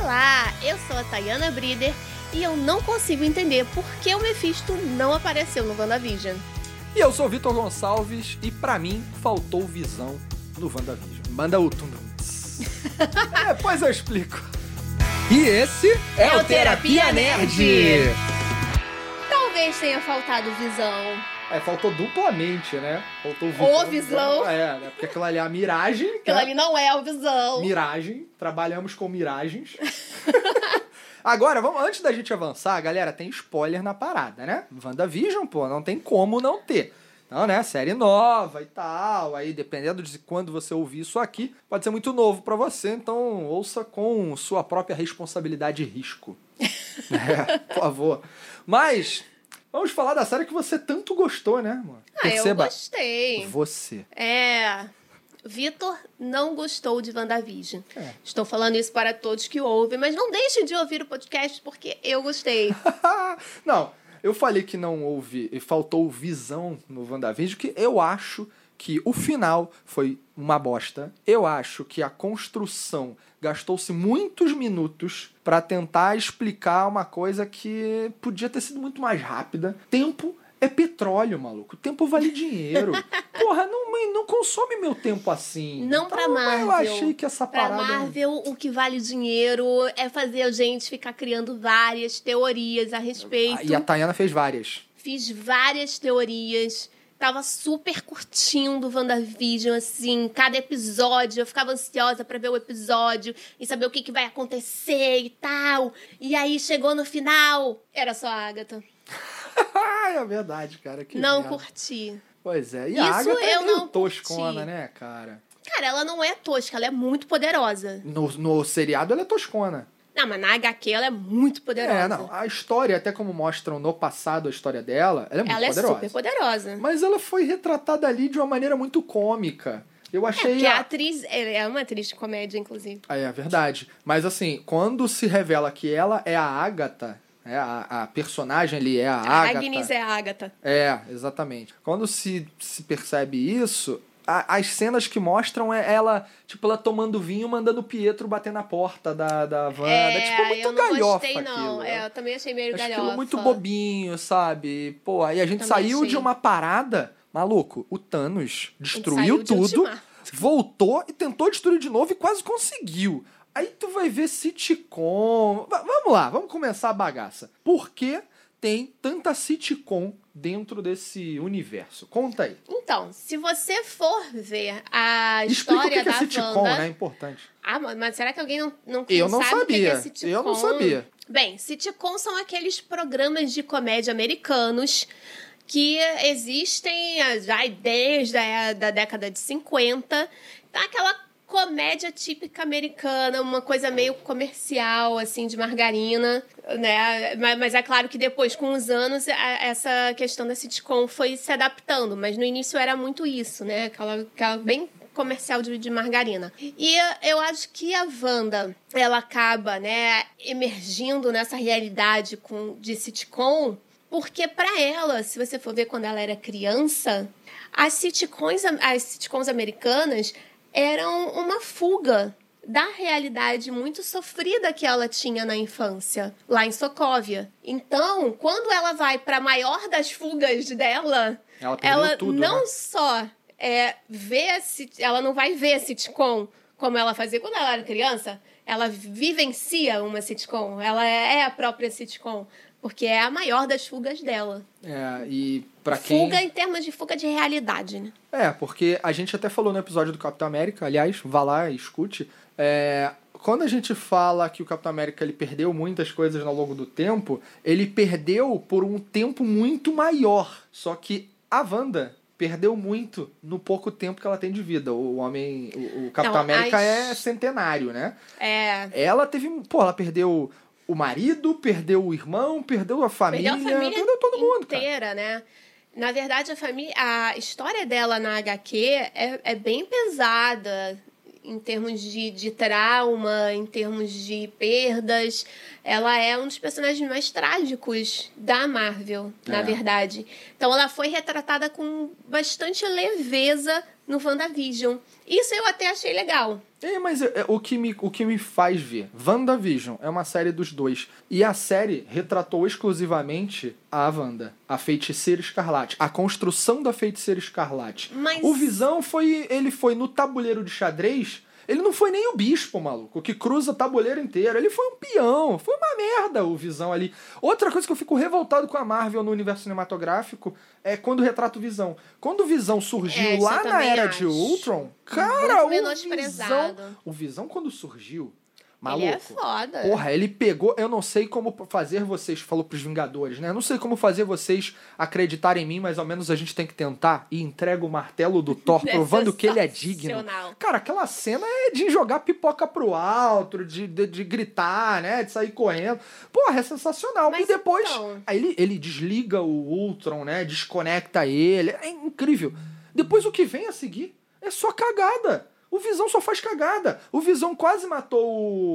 Olá, eu sou a Tayana Brider e eu não consigo entender por que o Mephisto não apareceu no WandaVision. E eu sou o Vitor Gonçalves e pra mim faltou visão no WandaVision. Manda o tum é, Depois eu explico. E esse É o Terapia Nerd. Talvez tenha faltado visão. É, faltou duplamente, né? Faltou Ou visão. É, né? porque aquilo ali é a miragem. né? Aquilo ali não é o visão. Miragem. Trabalhamos com miragens. Agora, vamos, antes da gente avançar, galera, tem spoiler na parada, né? WandaVision, pô, não tem como não ter. Então, né, série nova e tal, aí dependendo de quando você ouvir isso aqui, pode ser muito novo pra você, então ouça com sua própria responsabilidade e risco. É, por favor. Mas, vamos falar da série que você tanto gostou, né, amor? Ah, eu gostei. você. É. Vitor não gostou de WandaVision. É. Estou falando isso para todos que ouvem, mas não deixem de ouvir o podcast porque eu gostei. não, eu falei que não houve, e faltou visão no WandaVision, que eu acho que o final foi uma bosta. Eu acho que a construção gastou-se muitos minutos pra tentar explicar uma coisa que podia ter sido muito mais rápida. Tempo é petróleo, maluco. Tempo vale dinheiro. Porra, não, não consome meu tempo assim. Não pra Eu Marvel. achei que essa Pra parada. Marvel, o que vale dinheiro é fazer a gente ficar criando várias teorias a Ah, E respeito. a Tayana fez várias. Fiz várias teorias. Tava super curtindo o WandaVision, assim, cada episódio. Eu ficava ansiosa pra ver o episódio e saber o que, que vai acontecer e tal. E aí chegou no final, era só a Agatha. é verdade, cara. Que não merda. curti. Pois é, e Isso a Agatha é eu meio não toscona, curti. né, cara? Cara, ela não é tosca, ela é muito poderosa. No, no seriado ela é toscona. Não, mas na HQ ela é muito poderosa. É, não. A história, até como mostram no passado a história dela, ela é muito Ela é poderosa. super poderosa. Mas ela foi retratada ali de uma maneira muito cômica. Eu achei. Que É, a a- atriz, ela é uma atriz de comédia, inclusive. É, é verdade. Mas assim, quando se revela que ela é a Agatha, é a, a personagem ali é a, A Agatha. Agnes é a Agatha. É, exatamente. Quando se, se percebe isso, a- as cenas que mostram é ela, tipo, ela tomando vinho, mandando o Pietro bater na porta da, da Wanda. é, tipo, muito eu não galhofa gostei, não. aquilo. É, eu também achei meio Acho galhofa. aquilo muito bobinho, sabe? Pô, aí a gente Também saiu achei. de uma parada, maluco, o Thanos destruiu saiu de tudo, Ultimato. voltou e tentou destruir de novo e quase conseguiu. Aí tu vai ver sitcom. Va- Vamos lá, vamos começar a bagaça. Por que tem tanta sitcom dentro desse universo? Conta aí. Então, se você for ver a Explica o história que que é da sitcom, Wanda... né? É importante. Ah, mas mas será que alguém não, não, Eu não não sabe o que que é sabia. sitcom? Eu não sabia. Bem, sitcom são aqueles programas de comédia americanos que existem ah, já desde a é, da década de 50. Tá aquela comédia típica americana, uma coisa meio comercial, assim, de margarina, né? Ma- Mas é claro que depois, com os anos, a- essa questão da sitcom foi se adaptando, mas no início era muito isso, né? Aquela, aquela bem comercial de, de margarina. E eu acho que a Wanda, ela acaba, né, emergindo nessa realidade com, de sitcom, porque pra ela, se você for ver quando ela era criança, as sitcoms, as sitcoms americanas eram uma fuga da realidade muito sofrida que ela tinha na infância, lá em Sokovia. Então, quando ela vai pra maior das fugas dela, Ela perdeu ela tudo, não né? só é, vê a sit- ela não vai ver a sitcom como ela fazia quando ela era criança, ela vivencia uma sitcom, ela é a própria sitcom, porque é a maior das fugas dela. É, e pra quem... Fuga em termos de fuga de realidade, né? É, porque a gente até falou no episódio do Capitão América, aliás, vá lá e escute. é, quando a gente fala que o Capitão América ele perdeu muitas coisas ao longo do tempo, ele perdeu por um tempo muito maior. Só que a Wanda perdeu muito no pouco tempo que ela tem de vida. O homem, o, o Capitão Não, América as- é centenário, né? É. Ela teve, pô, ela perdeu o marido, perdeu o irmão, perdeu a família, Perdeu a família perdeu todo mundo, cara. inteira, né? Na verdade, a, família, a história dela na HQ é, é bem pesada em termos de, de trauma, em termos de perdas. Ela é um dos personagens mais trágicos da Marvel, É. na verdade. Então, ela foi retratada com bastante leveza no WandaVision. Isso eu até achei legal. É, mas é, é, o, que me, o que me faz ver, WandaVision é uma série dos dois. E a série retratou exclusivamente a Wanda, a feiticeira escarlate, a construção da feiticeira escarlate. Mas- O Visão foi. Ele foi no tabuleiro de xadrez. Ele não foi nem o bispo, maluco, que cruza o tabuleiro inteiro. Ele foi um peão. Foi uma merda o Visão ali. Outra coisa que eu fico revoltado com a Marvel no universo cinematográfico é quando retrata o Visão. Quando o Visão surgiu É, isso lá eu na também era de acho. Um Ultron, cara, o um Visão menosprezado. o Visão, quando surgiu, Ele maluco. é foda. Porra, ele pegou. Eu não sei como fazer vocês. Falou pros Vingadores, né? Eu não sei como fazer vocês acreditarem em mim, mas ao menos a gente tem que tentar. E entrega o martelo do Thor, É provando que ele é digno. sensacional. Cara, aquela cena é de jogar pipoca pro alto, de, de, de gritar, né? De sair correndo. Porra, é sensacional. Mas e depois. então- Aí ele, ele desliga o Ultron, né? Desconecta ele. É incrível. Depois o que vem a seguir é só cagada. O Visão só faz cagada. O Visão quase matou o.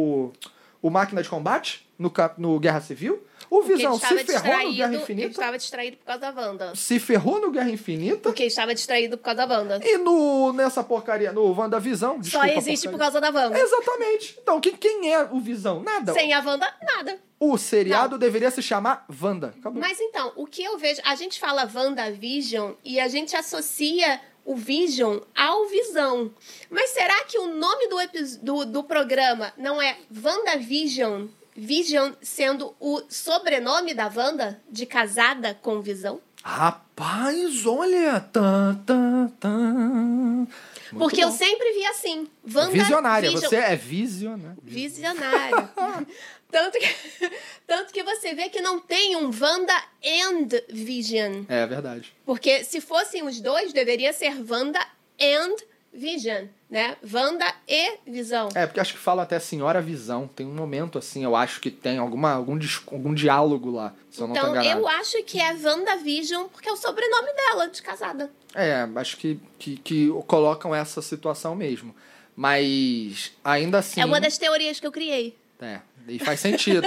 o, o máquina de combate no, cap- no Guerra Civil. O Porque ele Visão se estava ferrou no Guerra distraído, Ele Infinita. estava distraído por causa da Wanda. Se ferrou no Guerra Infinita. Porque ele estava distraído por causa da Wanda. E no, nessa porcaria, no WandaVisão. Só desculpa a existe por porcaria. causa da Wanda. Exatamente. Então, quem, quem é o Visão? Nada. Sem a Wanda, nada. O seriado deveria se chamar Wanda. Acabou. Mas então, o que eu vejo. A gente fala WandaVision e a gente associa o Vision ao Visão. Mas será que o nome do, epi- do, do programa não é WandaVision? Vision sendo o sobrenome da Wanda, de casada com Visão? Rapaz, olha. Tan, tan, tan. Muito Porque eu bom. sempre vi assim. Wanda Visionária. Vision. Você é visionária. Visionário. tanto, que, tanto que você vê que não tem um Wanda and Vision. É verdade. Porque se fossem os dois, deveria ser Wanda and Vision, né? Wanda e Visão. É, porque acho que fala até Senhora Visão. Tem um momento assim, eu acho que tem alguma, algum, dis- algum diálogo lá, se eu não tô então, enganado. eu acho que é WandaVision, porque é o sobrenome dela, de casada. É, acho que, que, que colocam essa situação mesmo. Mas ainda assim. É uma das teorias que eu criei. É, e faz sentido.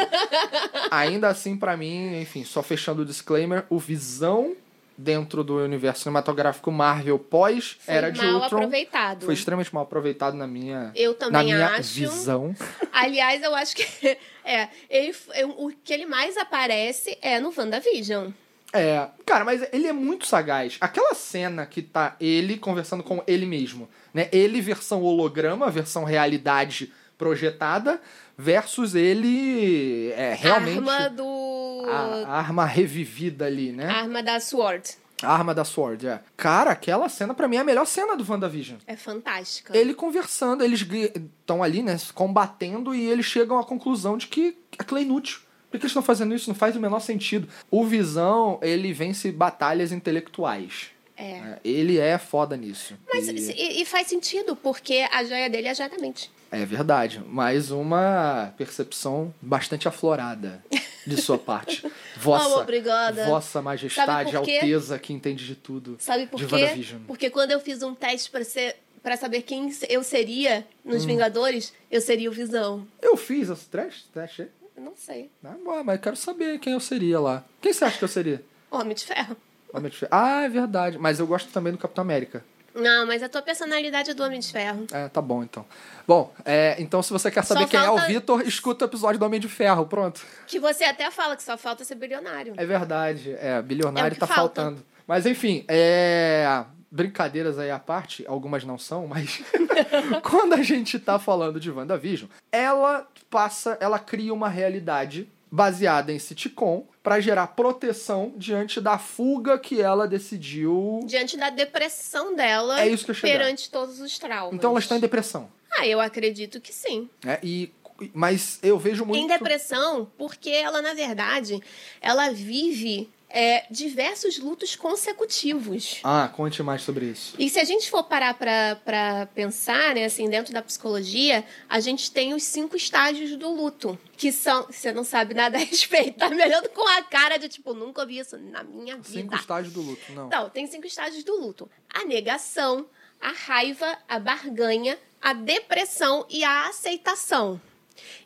Ainda assim, pra mim, enfim, só fechando o disclaimer, o Visão dentro do universo cinematográfico Marvel pós Foi Era de mal Ultron aproveitado. foi extremamente mal aproveitado na minha Eu na também minha acho. visão. Aliás, eu acho que é, ele, f- eu- o que ele mais aparece é no WandaVision. É, cara, mas ele é muito sagaz. Aquela cena que tá ele conversando com ele mesmo, né? Ele versão holograma, versão realidade projetada versus ele é, realmente Arma do. a- a arma revivida ali, né? Arma da SWORD. A arma da Sword, é. Cara, aquela cena pra mim é a melhor cena do WandaVision. É fantástica. Ele conversando, eles estão ali, né, se combatendo e eles chegam à conclusão de que aquilo é inútil. Por que eles estão fazendo isso? Não faz o menor sentido. O Visão, ele vence batalhas intelectuais. É. né? Ele é foda nisso. Mas E- se- e, e faz sentido, porque a joia dele é a joia da mente. É verdade. Mais uma percepção bastante aflorada de sua parte. Vossa, Oh, obrigada. vossa Majestade, por quê? Alteza, que entende de tudo. Sabe por de quê? WandaVision. Porque quando eu fiz um teste pra ser para saber quem se- eu seria Hum. nos Vingadores, eu seria o Visão. Eu fiz esse é? teste, teste aí. Eu não sei. Ah, bom, mas quero saber quem eu seria lá. Quem você acha que eu seria? Homem de Ferro. Homem de Ferro. Ah, é verdade. Mas eu gosto também do Capitão América. Não, mas a tua personalidade é do Homem de Ferro. É, tá bom então. Bom, é, então se você quer Só saber quem é o falta- Vitor, escuta o episódio do Homem de Ferro. Pronto. Que você até fala que só falta ser bilionário. É verdade. É, É bilionário o que tá falta. faltando. Mas enfim, é. Brincadeiras aí à parte, algumas não são, mas quando a gente tá falando de WandaVision, ela passa, ela cria uma realidade baseada em sitcom pra gerar proteção diante da fuga que ela decidiu. Diante da depressão dela É isso que eu ia chegar. perante todos os traumas. Então ela está em depressão. Ah, eu acredito que sim. né? E, mas eu vejo muito. Em depressão, porque ela, na verdade, ela vive é, diversos lutos consecutivos. Ah, conte mais sobre isso. E se a gente for parar pra, pra pensar, né, assim, dentro da psicologia, a gente tem os cinco estágios do luto, que são, você não sabe nada a respeito, tá me olhando com a cara de, tipo, nunca vi isso na minha Cinco vida. estágios do luto, não. Então, tem cinco estágios do luto. A negação, a raiva, a barganha, a depressão e a aceitação.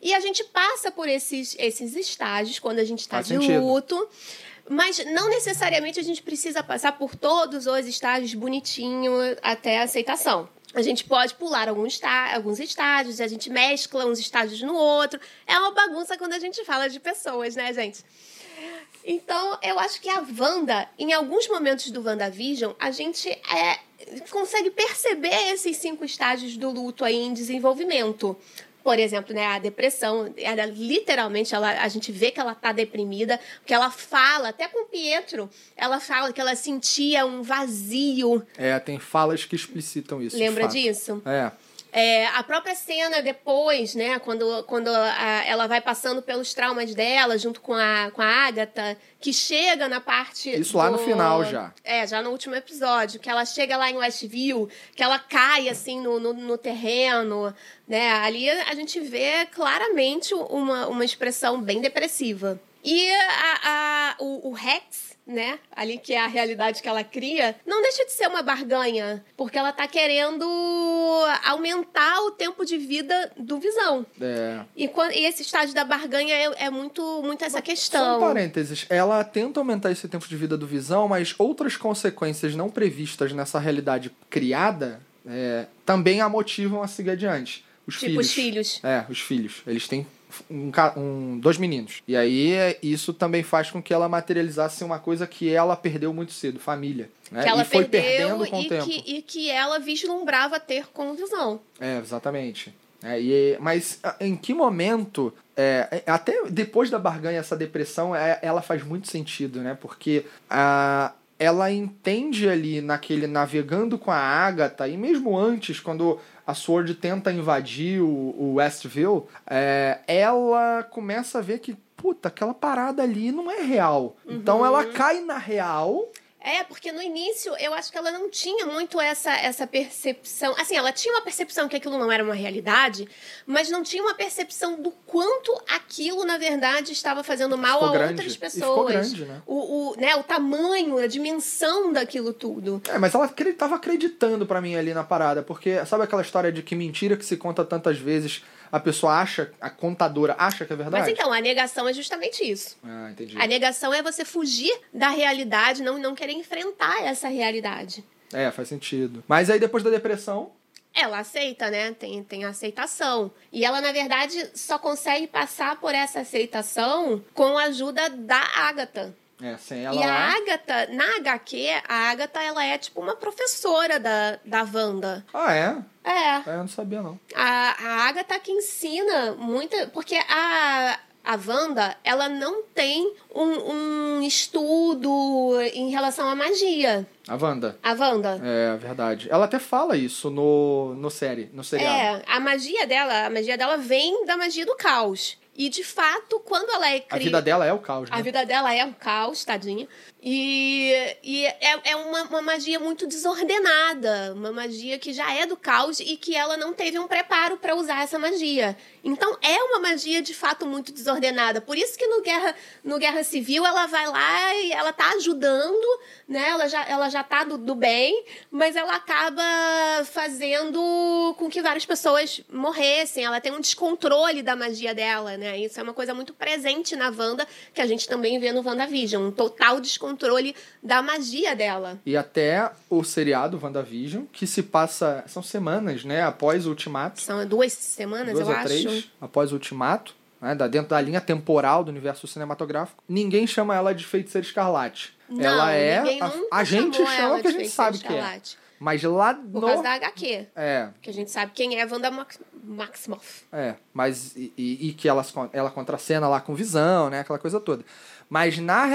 E a gente passa por esses, esses estágios quando a gente está Faz de sentido. luto. Mas não necessariamente a gente precisa passar por todos os estágios bonitinho até a aceitação. A gente pode pular alguns, está- alguns estágios, a gente mescla uns estágios no outro. É uma bagunça quando a gente fala de pessoas, né, gente? Então, eu acho que a Wanda, em alguns momentos do WandaVision, a gente é, consegue perceber esses cinco estágios do luto aí em desenvolvimento. Por exemplo, né, a depressão, ela literalmente ela, a gente vê que ela tá deprimida, porque ela fala, até com o Pietro, ela fala que ela sentia um vazio. É, tem falas que explicitam isso. de Lembra fato. disso? É. É, a própria cena depois, né? Quando, quando a- ela vai passando pelos traumas dela, junto com a, com a Agatha, que chega na parte. Isso lá no final já. É, já no último episódio, que ela chega lá em Westview, que ela cai assim no, no, no terreno, né? Ali a gente vê claramente uma, uma expressão bem depressiva. E a, a- o, o Rex, né? Ali que é a realidade que ela cria, não deixa de ser uma barganha, porque ela tá querendo aumentar o tempo de vida do Visão. é. E, quan- e esse estágio da barganha é, é muito, muito essa Só um questão. parênteses. Ela tenta aumentar esse tempo de vida do Visão, mas outras consequências não previstas nessa realidade criada é, também a motivam a seguir adiante. Os tipo, filhos. os filhos. É, os filhos. Eles têm um, ca- um- dois meninos. E aí, é, isso também faz com que ela materializasse uma coisa que ela perdeu muito cedo, família. né? que ela e foi perdeu perdendo com e, o tempo. Que, e que ela vislumbrava ter com visão. É, exatamente. É, e, mas a- em que momento, é, é, até depois da barganha, essa depressão, é, ela faz muito sentido, né? Porque a, ela entende ali naquele navegando com a Agatha, e mesmo antes, quando a Sword tenta invadir o, o Westview, é, ela começa a ver que, puta, aquela parada ali não é real. Uhum. Então ela cai na real. É, porque no início eu acho que ela não tinha muito essa, essa percepção. Assim, ela tinha uma percepção que aquilo não era uma realidade, mas não tinha uma percepção do quanto aquilo, na verdade, estava fazendo mal ficou a grande. outras E ficou pessoas. grande, né? O, o, né, o tamanho, a dimensão daquilo tudo. É, mas ela acre- tava acreditando pra mim ali na parada, porque sabe aquela história de que mentira que se conta tantas vezes, a pessoa acha, a contadora acha que é verdade? Mas então, a negação é justamente isso. Ah, entendi. A negação é você fugir da realidade, não, não querer enfrentar essa realidade. É, faz sentido. Mas aí depois da depressão, Ela aceita, né? Tem, tem aceitação. E ela, na verdade, só consegue passar por essa aceitação com a ajuda da Agatha. é, sem ela e lá. a Agatha, na HQ, a Agatha, ela é tipo uma professora da, da Wanda. Ah, é? É. É, eu não sabia não. A, a Agatha que ensina muita. Porque a. A Wanda, ela não tem um, um estudo em relação à magia. A Wanda. A Wanda. É, verdade. Ela até fala isso no, no série, no seriado. É, a magia dela, a magia dela vem da magia do caos. E de fato, quando ela é A cri... vida dela é o caos, né? a vida dela é um caos, tadinha. E, e é, é uma, uma magia muito desordenada. Uma magia que já é do caos e que ela não teve um preparo pra usar essa magia. Então é uma magia de fato muito desordenada. Por isso que no Guerra, no Guerra Civil ela vai lá e ela tá ajudando, né? Ela já, ela já tá do, do bem, mas ela acaba fazendo com que várias pessoas morressem. Ela tem um descontrole da magia dela, né? Isso é uma coisa muito presente na Wanda, que a gente também vê no WandaVision. Um total descontrole da magia dela. E até o seriado WandaVision, que se passa. São semanas, né? Após o ultimato. São duas semanas, duas eu a acho. três após o Ultimato, né, da- dentro da linha temporal do universo cinematográfico, ninguém chama ela de feiticeira escarlate. Não, ela é. ninguém A, nunca a gente chamou chama ela que a de gente Feiticeira sabe que é. Escarlate, Mas lá Por no. causa da HQ. É, Que a gente sabe quem é Wanda Max- Maximoff. é. Mas. E, e- e que ela, se con- ela contracena lá com visão, né? Aquela coisa toda. Mas na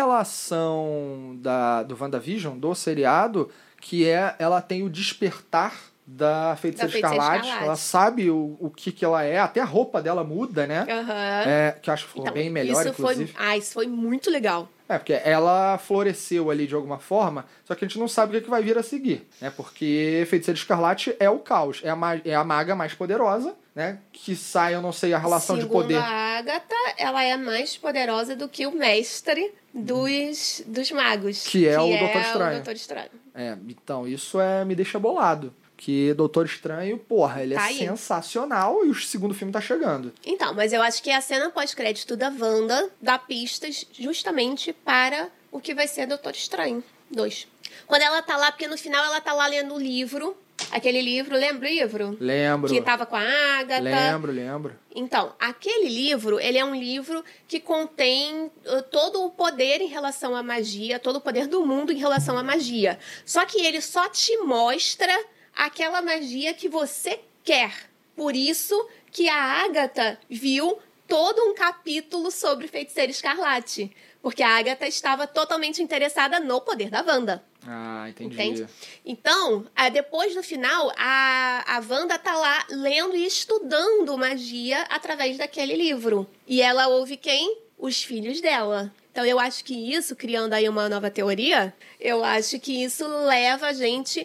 relação da, do WandaVision, do seriado, que é. Ela tem o despertar. Da feiticeira, Da Feiticeira escarlate. Escarlate. ela sabe o, o que, que ela é, até a roupa dela muda, né? Aham. É, que eu acho que ficou Então, bem melhor, isso inclusive. Foi, ah, isso foi muito legal. É, porque ela floresceu ali de alguma forma, só que a gente não sabe o que, é que vai vir a seguir, né? Porque Feiticeira Escarlate é o caos, é a, ma- é a maga mais poderosa, né? Que sai, eu não sei, a relação Segundo de poder. a Agatha, ela é mais poderosa do que o mestre dos, dos magos. Que é o Doutor Estranho. Doutor Estranho. É, então isso é me deixa bolado. Que Doutor Estranho, porra, ele Tá é aí. sensacional e o segundo filme tá chegando. Então, mas eu acho que a cena pós-crédito da Wanda dá pistas justamente para o que vai ser Doutor Estranho 2. Quando ela tá lá, porque no final ela tá lá lendo o livro, aquele livro, lembra o livro? Lembro. Que tá- tava com a Agatha. Lembro, lembro. Então, aquele livro, ele é um livro que contém uh, todo o poder em relação à magia, todo o poder do mundo em relação à magia. Só que ele só te mostra aquela magia que você quer. Por isso que a Agatha viu todo um capítulo sobre Feiticeiro Escarlate. Porque a Agatha estava totalmente interessada no poder da Wanda. Ah, entendi. Entende? Então, ah, depois no final, a, a Wanda tá lá lendo e estudando magia através daquele livro. E ela ouve quem? Os filhos dela. Então, eu acho que isso, criando aí uma nova teoria, eu acho que isso leva a gente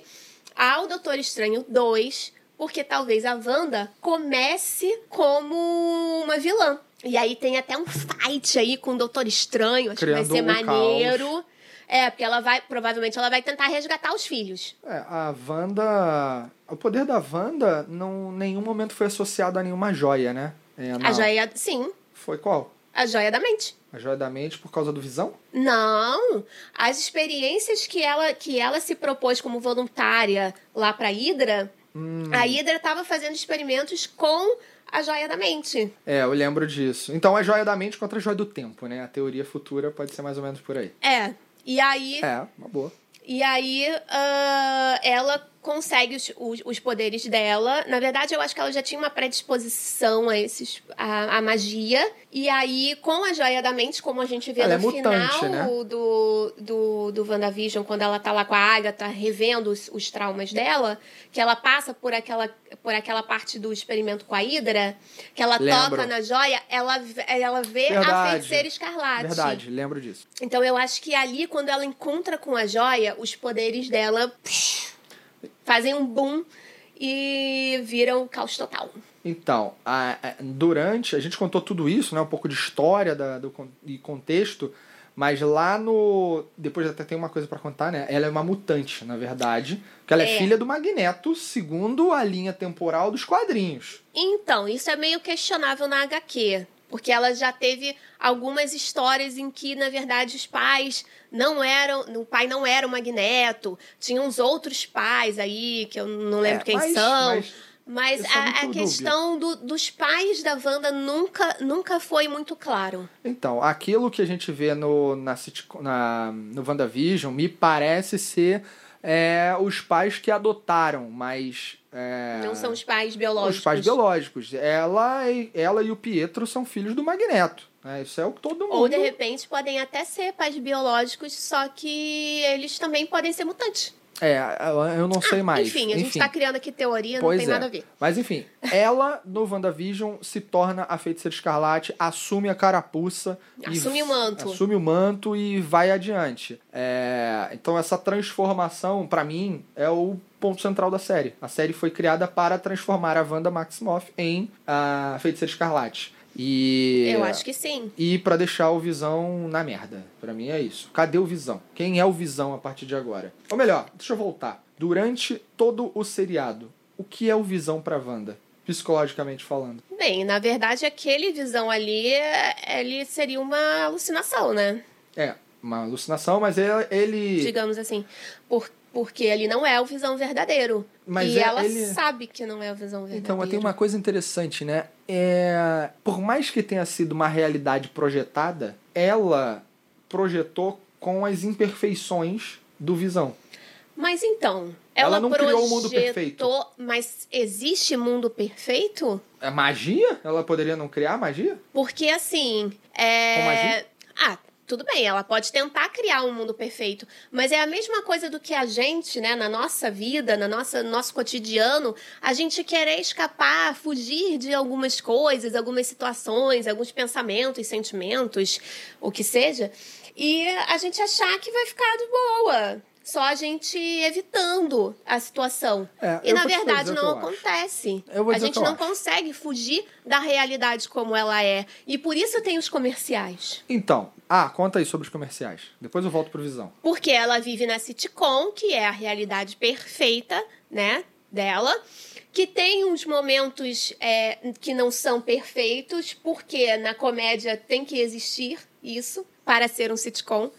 ao Doutor Estranho 2, porque talvez a Wanda comece como uma vilã. E aí tem até um fight aí com o Doutor Estranho, acho que Criando vai ser o caos. maneiro. É, porque ela vai, provavelmente ela vai tentar resgatar os filhos. É, a Wanda. O poder da Wanda não em nenhum momento foi associado a nenhuma joia, né? É, A não. joia, sim, Foi qual? a joia da mente. A joia da mente por causa do visão? Não, as experiências que ela que ela se propôs como voluntária lá pra Hydra, Hum, a Hydra tava fazendo experimentos com a joia da mente. é, eu lembro disso. Então a joia da mente contra a joia do tempo, né? A teoria futura pode ser mais ou menos por aí. É. E aí, É, uma boa. E aí ah, ela consegue os, os, os poderes dela. Na verdade, eu acho que ela já tinha uma predisposição a esses a, a magia. E aí, com a joia da mente, como a gente vê Ela no é mutante, final né? do, do, do WandaVision, quando ela tá lá com a Agatha revendo os, os traumas dela, que ela passa por aquela, por aquela parte do experimento com a Hydra, que ela Lembro. toca na joia, ela, vê- ela vê a Verdade. feiticeira escarlate. Verdade, lembro disso. Então eu acho que ali, quando ela encontra com a joia, os poderes dela psh, fazem um boom e viram um caos total. Então, a- a- durante. A gente contou tudo isso, né? Um pouco de história da, do, con- e contexto. Mas lá no. Depois até tem uma coisa pra contar, né? Ela é uma mutante, na verdade. Porque ela é, É. filha do Magneto, segundo a linha temporal dos quadrinhos. Então, isso é meio questionável na HQ. Porque ela já teve algumas histórias em que, na verdade, os pais não eram. O pai não era o Magneto. Tinha uns outros pais aí, que eu não lembro É, quem mas- são. mas Mas isso é a, a muito dúbio. questão do- dos pais da Wanda nunca, nunca foi muito claro. Então, aquilo que a gente vê no, na, sitcom- na, no WandaVision me parece ser é, os pais que adotaram, mas. é, Não Então, são os pais biológicos. Os pais biológicos. Ela, e- ela e o Pietro são filhos do Magneto. né? Isso é o que todo mundo. Ou de repente podem até ser pais biológicos, só que eles também podem ser mutantes. É, eu não sei mais. Ah, enfim, a gente tá- está criando aqui teoria, não Pois tem é. nada a ver. Mas enfim, ela no WandaVision se torna a feiticeira escarlate, assume a carapuça. e Assume o v- manto. Assume o manto e vai adiante. É, então essa transformação, pra mim, é o ponto central da série. A série foi criada para transformar a Wanda Maximoff em a feiticeira escarlate. E. Eu acho que sim. E pra deixar o Visão na merda. Pra mim é isso. Cadê o Visão? Quem é o Visão a partir de agora? Ou melhor, deixa eu voltar. Durante todo o seriado, o que é o Visão pra Wanda? Psicologicamente falando. Bem, na verdade, aquele visão ali, ele seria uma alucinação, né? É, uma alucinação, mas ele. ele Digamos assim. Por- porque ele não é o visão verdadeiro. Mas e é- ela ele- sabe que não é o visão verdadeiro. então, mas tem uma coisa interessante, né? É, por mais que tenha sido uma realidade projetada, ela projetou com as imperfeições do Visão. Mas então, ela, Ela não criou o mundo perfeito. projetou- Mas existe mundo perfeito? É magia? Ela poderia não criar magia? Porque assim. É... Com magia? Ah, tudo bem, ela pode tentar criar um mundo perfeito. Mas é a mesma coisa do que a gente, né, na nossa vida, na nossa, no nosso cotidiano, a gente querer escapar, fugir de algumas coisas, algumas situações, alguns pensamentos, sentimentos, o que seja. E a gente achar que vai ficar de boa. Só a gente evitando a situação. É, e eu na vou te verdade dizer o que não eu acho. acontece. Eu vou a dizer o gente que eu não acho. consegue fugir da realidade como ela é. E por isso tem os comerciais. Então, ah, conta aí sobre os comerciais. Depois eu volto pro Visão. Porque ela vive na sitcom, que é a realidade perfeita, né? Dela. Que tem uns momentos é, que não são perfeitos, porque na comédia tem que existir isso para ser um sitcom.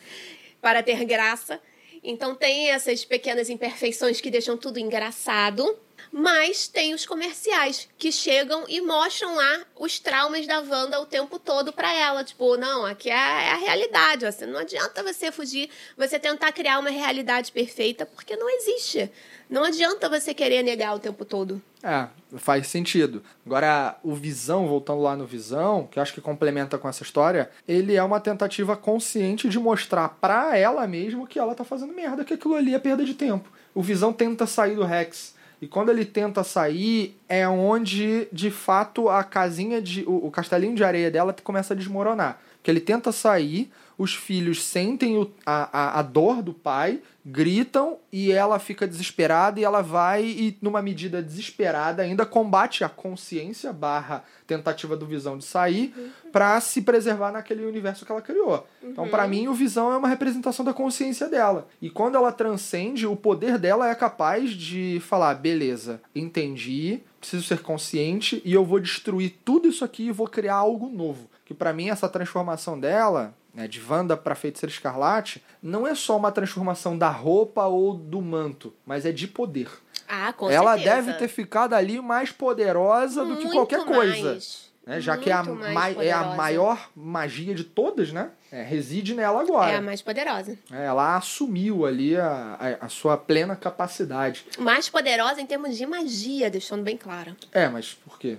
para ter graça. Então tem essas pequenas imperfeições que deixam tudo engraçado. Mas tem os comerciais que chegam e mostram lá os traumas da Wanda o tempo todo pra ela. Tipo, não, aqui é é a realidade. ó, Você não adianta você fugir, você tentar criar uma realidade perfeita, porque não existe. Não adianta você querer negar o tempo todo. É, faz sentido. Agora, o Visão, voltando lá no Visão, que eu acho que complementa com essa história, ele é uma tentativa consciente de mostrar pra ela mesma que ela tá fazendo merda, que aquilo ali é perda de tempo. O Visão tenta sair do Rex. E quando ele tenta sair, é onde, de fato, a casinha de. O, o castelinho de areia dela começa a desmoronar. Porque ele tenta sair, os filhos sentem o- a, a, a dor do pai, gritam e ela fica desesperada e ela vai e, numa medida desesperada, ainda combate a consciência barra tentativa do Visão de sair pra se preservar naquele universo que ela criou. Uhum. Então, pra mim, o Visão é uma representação da consciência dela. E quando ela transcende, o poder dela é capaz de falar, beleza, entendi, preciso ser consciente e eu vou destruir tudo isso aqui e vou criar algo novo. Que pra mim essa transformação dela, né, de Wanda pra Feiticeira Escarlate, não é só uma transformação da roupa ou do manto, mas é de poder. Ah, com Ela certeza. deve ter ficado ali mais poderosa do que Muito qualquer coisa. mais. Né? Já que é a, Muito mais mai- é a poderosa. maior magia de todas, né? É, reside nela É a agora. mais poderosa. É, ela assumiu ali a- a- a sua plena capacidade. Mais poderosa em termos de magia, deixando bem claro. É, mas por quê?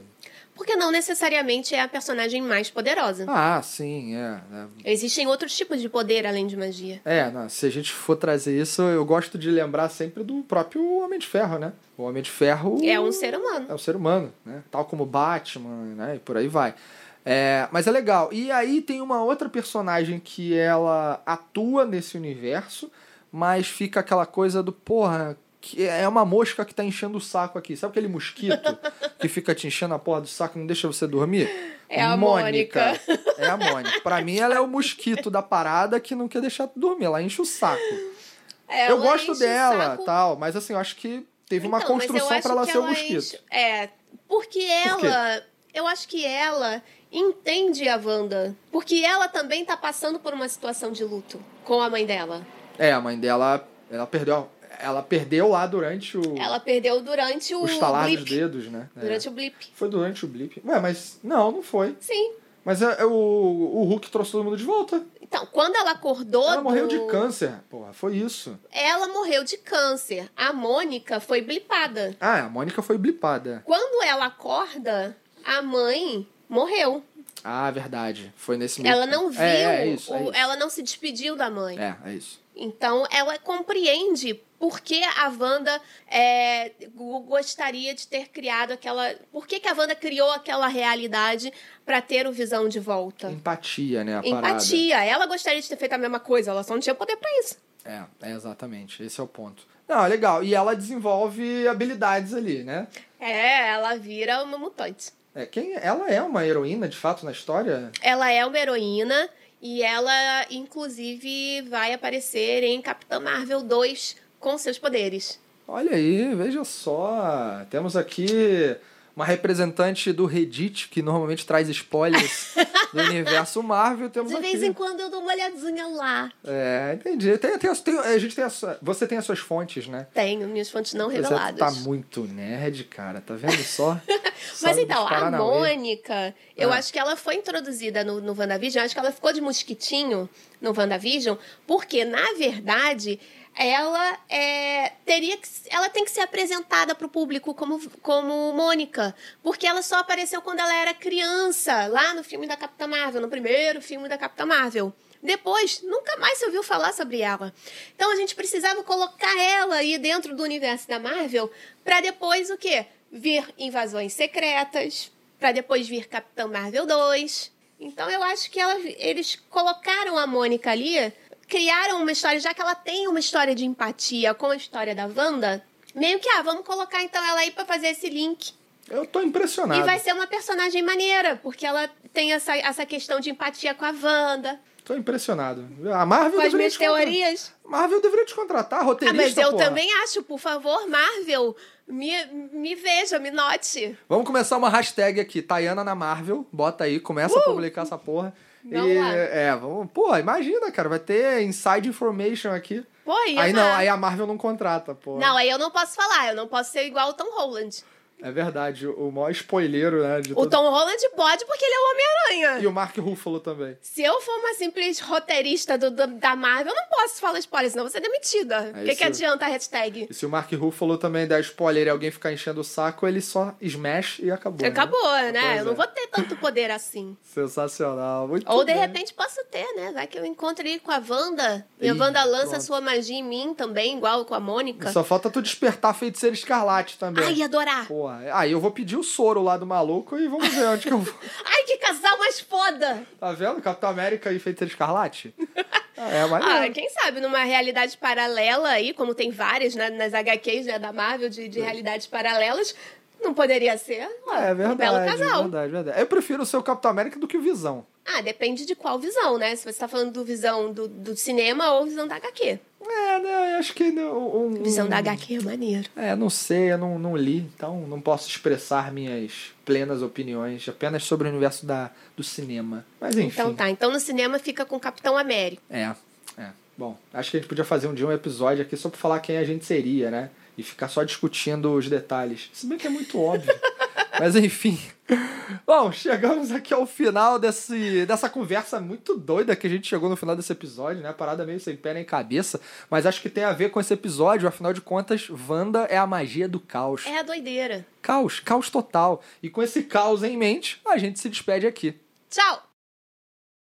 Porque não necessariamente é a personagem mais poderosa. Ah, sim, é. é. Existem outros tipos de poder além de magia. É, não, se a gente for trazer isso, eu gosto de lembrar sempre do próprio Homem de Ferro, né? O Homem de Ferro. É um ser humano. É um ser humano, né? Tal como Batman, né? E por aí vai. É, mas é legal. E aí tem uma outra personagem que ela atua nesse universo, mas fica aquela coisa do porra. Que é uma mosca que tá enchendo o saco aqui. Sabe aquele mosquito que fica te enchendo a porra do saco e não deixa você dormir? É a É a Mônica. Pra mim, ela é o mosquito da parada que não quer deixar tu dormir. Ela enche o saco. É, ela eu enche gosto o dela, saco- tal, mas assim, eu acho que teve uma Então, mas eu construção acho pra ela que ser o ela mosquito. enche- É, porque quê? ela... eu acho que ela entende a Wanda. Porque ela também tá passando por uma situação de luto com a mãe dela. É, a mãe dela, ela perdeu, ela perdeu lá durante o, Ela perdeu durante o o estalar dos blip. dedos, né? É. Durante o blip. Foi durante o blip. Ué, mas não, não foi. Sim. Mas é, é o, o Hulk trouxe todo mundo de volta. Então, quando ela acordou. Ela morreu de do- câncer. Porra, foi isso. Ela morreu de câncer. A Mônica foi blipada. Ah, a Mônica foi blipada. Quando ela acorda, a mãe morreu. Ah, verdade. Foi nesse meio Ela não viu, É, é isso, é o- isso. ela não se despediu da mãe. É, é isso. Então, ela compreende por que a Wanda é, go- gostaria de ter criado aquela. Por que, que a Wanda criou aquela realidade para ter o visão de volta? Empatia, né, a parada. Tá. Empatia. Ela gostaria de ter feito a mesma coisa, ela só não tinha poder para isso. É, é exatamente. Esse é o ponto. Não, legal. E ela desenvolve habilidades ali, né? É, ela vira uma mutante. É, quem, ela é uma heroína, de fato, na história? Ela é uma heroína e ela, inclusive, vai aparecer em Capitã Marvel 2 com seus poderes. Olha aí, veja só. Temos aqui uma representante do Reddit, que normalmente traz spoilers do universo Marvel. Temos De aqui. vez em quando eu dou uma olhadinha lá. É, entendi. Tem, tem, as- tem- a gente tem as, você tem as suas fontes, né? Tenho minhas fontes não Você reveladas. tá muito nerd, cara. Tá vendo só? Mas Sabe então, dos a Paranauê. Mônica, eu Ah. acho que ela foi introduzida no, no WandaVision, acho que ela ficou de mosquitinho no WandaVision, porque, na verdade, ela é, teria que, se- ela tem que ser apresentada pro público como, como Mônica, porque ela só apareceu quando ela era criança, lá no filme da Capitã Marvel, no primeiro filme da Capitã Marvel. Depois, nunca mais se ouviu falar sobre ela. Então a gente precisava colocar ela aí dentro do universo da Marvel para depois o quê? Vir invasões secretas, para depois vir Capitão Marvel 2. Então eu acho que ela- eles colocaram a Mônica ali, criaram uma história, já que ela tem uma história de empatia com a história da Wanda, meio que, ah, vamos colocar então ela aí para fazer esse link. Eu tô impressionado. E vai ser uma personagem maneira, porque ela tem essa, essa questão de empatia com a Wanda, Tô impressionado. A Marvel com as deveria minhas te contratar. teorias. Marvel deveria te contratar, Ah, roteirista, mas eu porra. também acho, por favor, Marvel, me, me veja, me note. Vamos começar uma hashtag aqui, Tayana na Marvel. Bota aí, começa a publicar essa porra. Uh! Vamos e, lá. É, vamos. Pô, imagina, cara, vai ter inside information aqui. Pô, ia aí não, amar. aí é a Marvel não contrata, pô. Não, aí eu não posso falar, eu não posso ser igual o Tom Holland. É verdade, o maior spoileiro, né? De O todo- Tom Holland pode porque ele é o E Homem-Aranha. o Mark Ruffalo também. Se eu for uma simples roteirista do, do- da Marvel, eu não posso falar spoiler, senão eu vou ser demitida. O É que, isso. que adianta a hashtag? E se o Mark Ruffalo também der spoiler e alguém ficar enchendo o saco, ele só smash e acabou. né? Acabou, Pois né? é. Eu não vou ter tanto poder assim. Sensacional. Muito Ou de bem. repente posso ter, né? Vai que eu encontro ele com a Wanda. E a Ih, Wanda lança pronto. sua magia em mim também, igual com a Mônica. Só falta tu despertar a feiticeira escarlate também. Ai, adorar! Porra, aí eu vou pedir o soro lá do maluco e vamos ver onde que eu vou. Ai, que casal mais foda! Tá vendo? Capitão América e Feiticeiro Escarlate? Ah, É, mas Ah, quem sabe numa realidade paralela aí, como tem várias né, nas HQs né, da Marvel, de, de realidades paralelas, não poderia ser ó, é um verdade. belo casal. É verdade, verdade. Eu prefiro ser o Capitão América do que o Visão. Ah, depende de qual visão, né? Se você tá falando do visão do, do cinema ou visão da HQ. É, né? Eu acho que. não- Um, um- Visão da HQ é maneiro. É, não sei, eu não, não li, então não posso expressar minhas plenas opiniões apenas sobre o universo da, do cinema. Mas enfim. Então tá, então no cinema fica com Capitão América. É, é. Bom, acho que a gente podia fazer um dia um episódio aqui só pra falar quem a gente seria, né? E ficar só discutindo os detalhes. Se bem que é muito óbvio. Mas enfim. Bom, chegamos aqui ao final desse, dessa conversa muito doida que a gente chegou no final desse episódio, né? Parada meio sem pé nem cabeça. Mas acho que tem a ver com esse episódio. Afinal de contas, Wanda é a magia do caos. É a doideira. Caos, caos total. E com esse caos em mente, a gente se despede aqui. Tchau!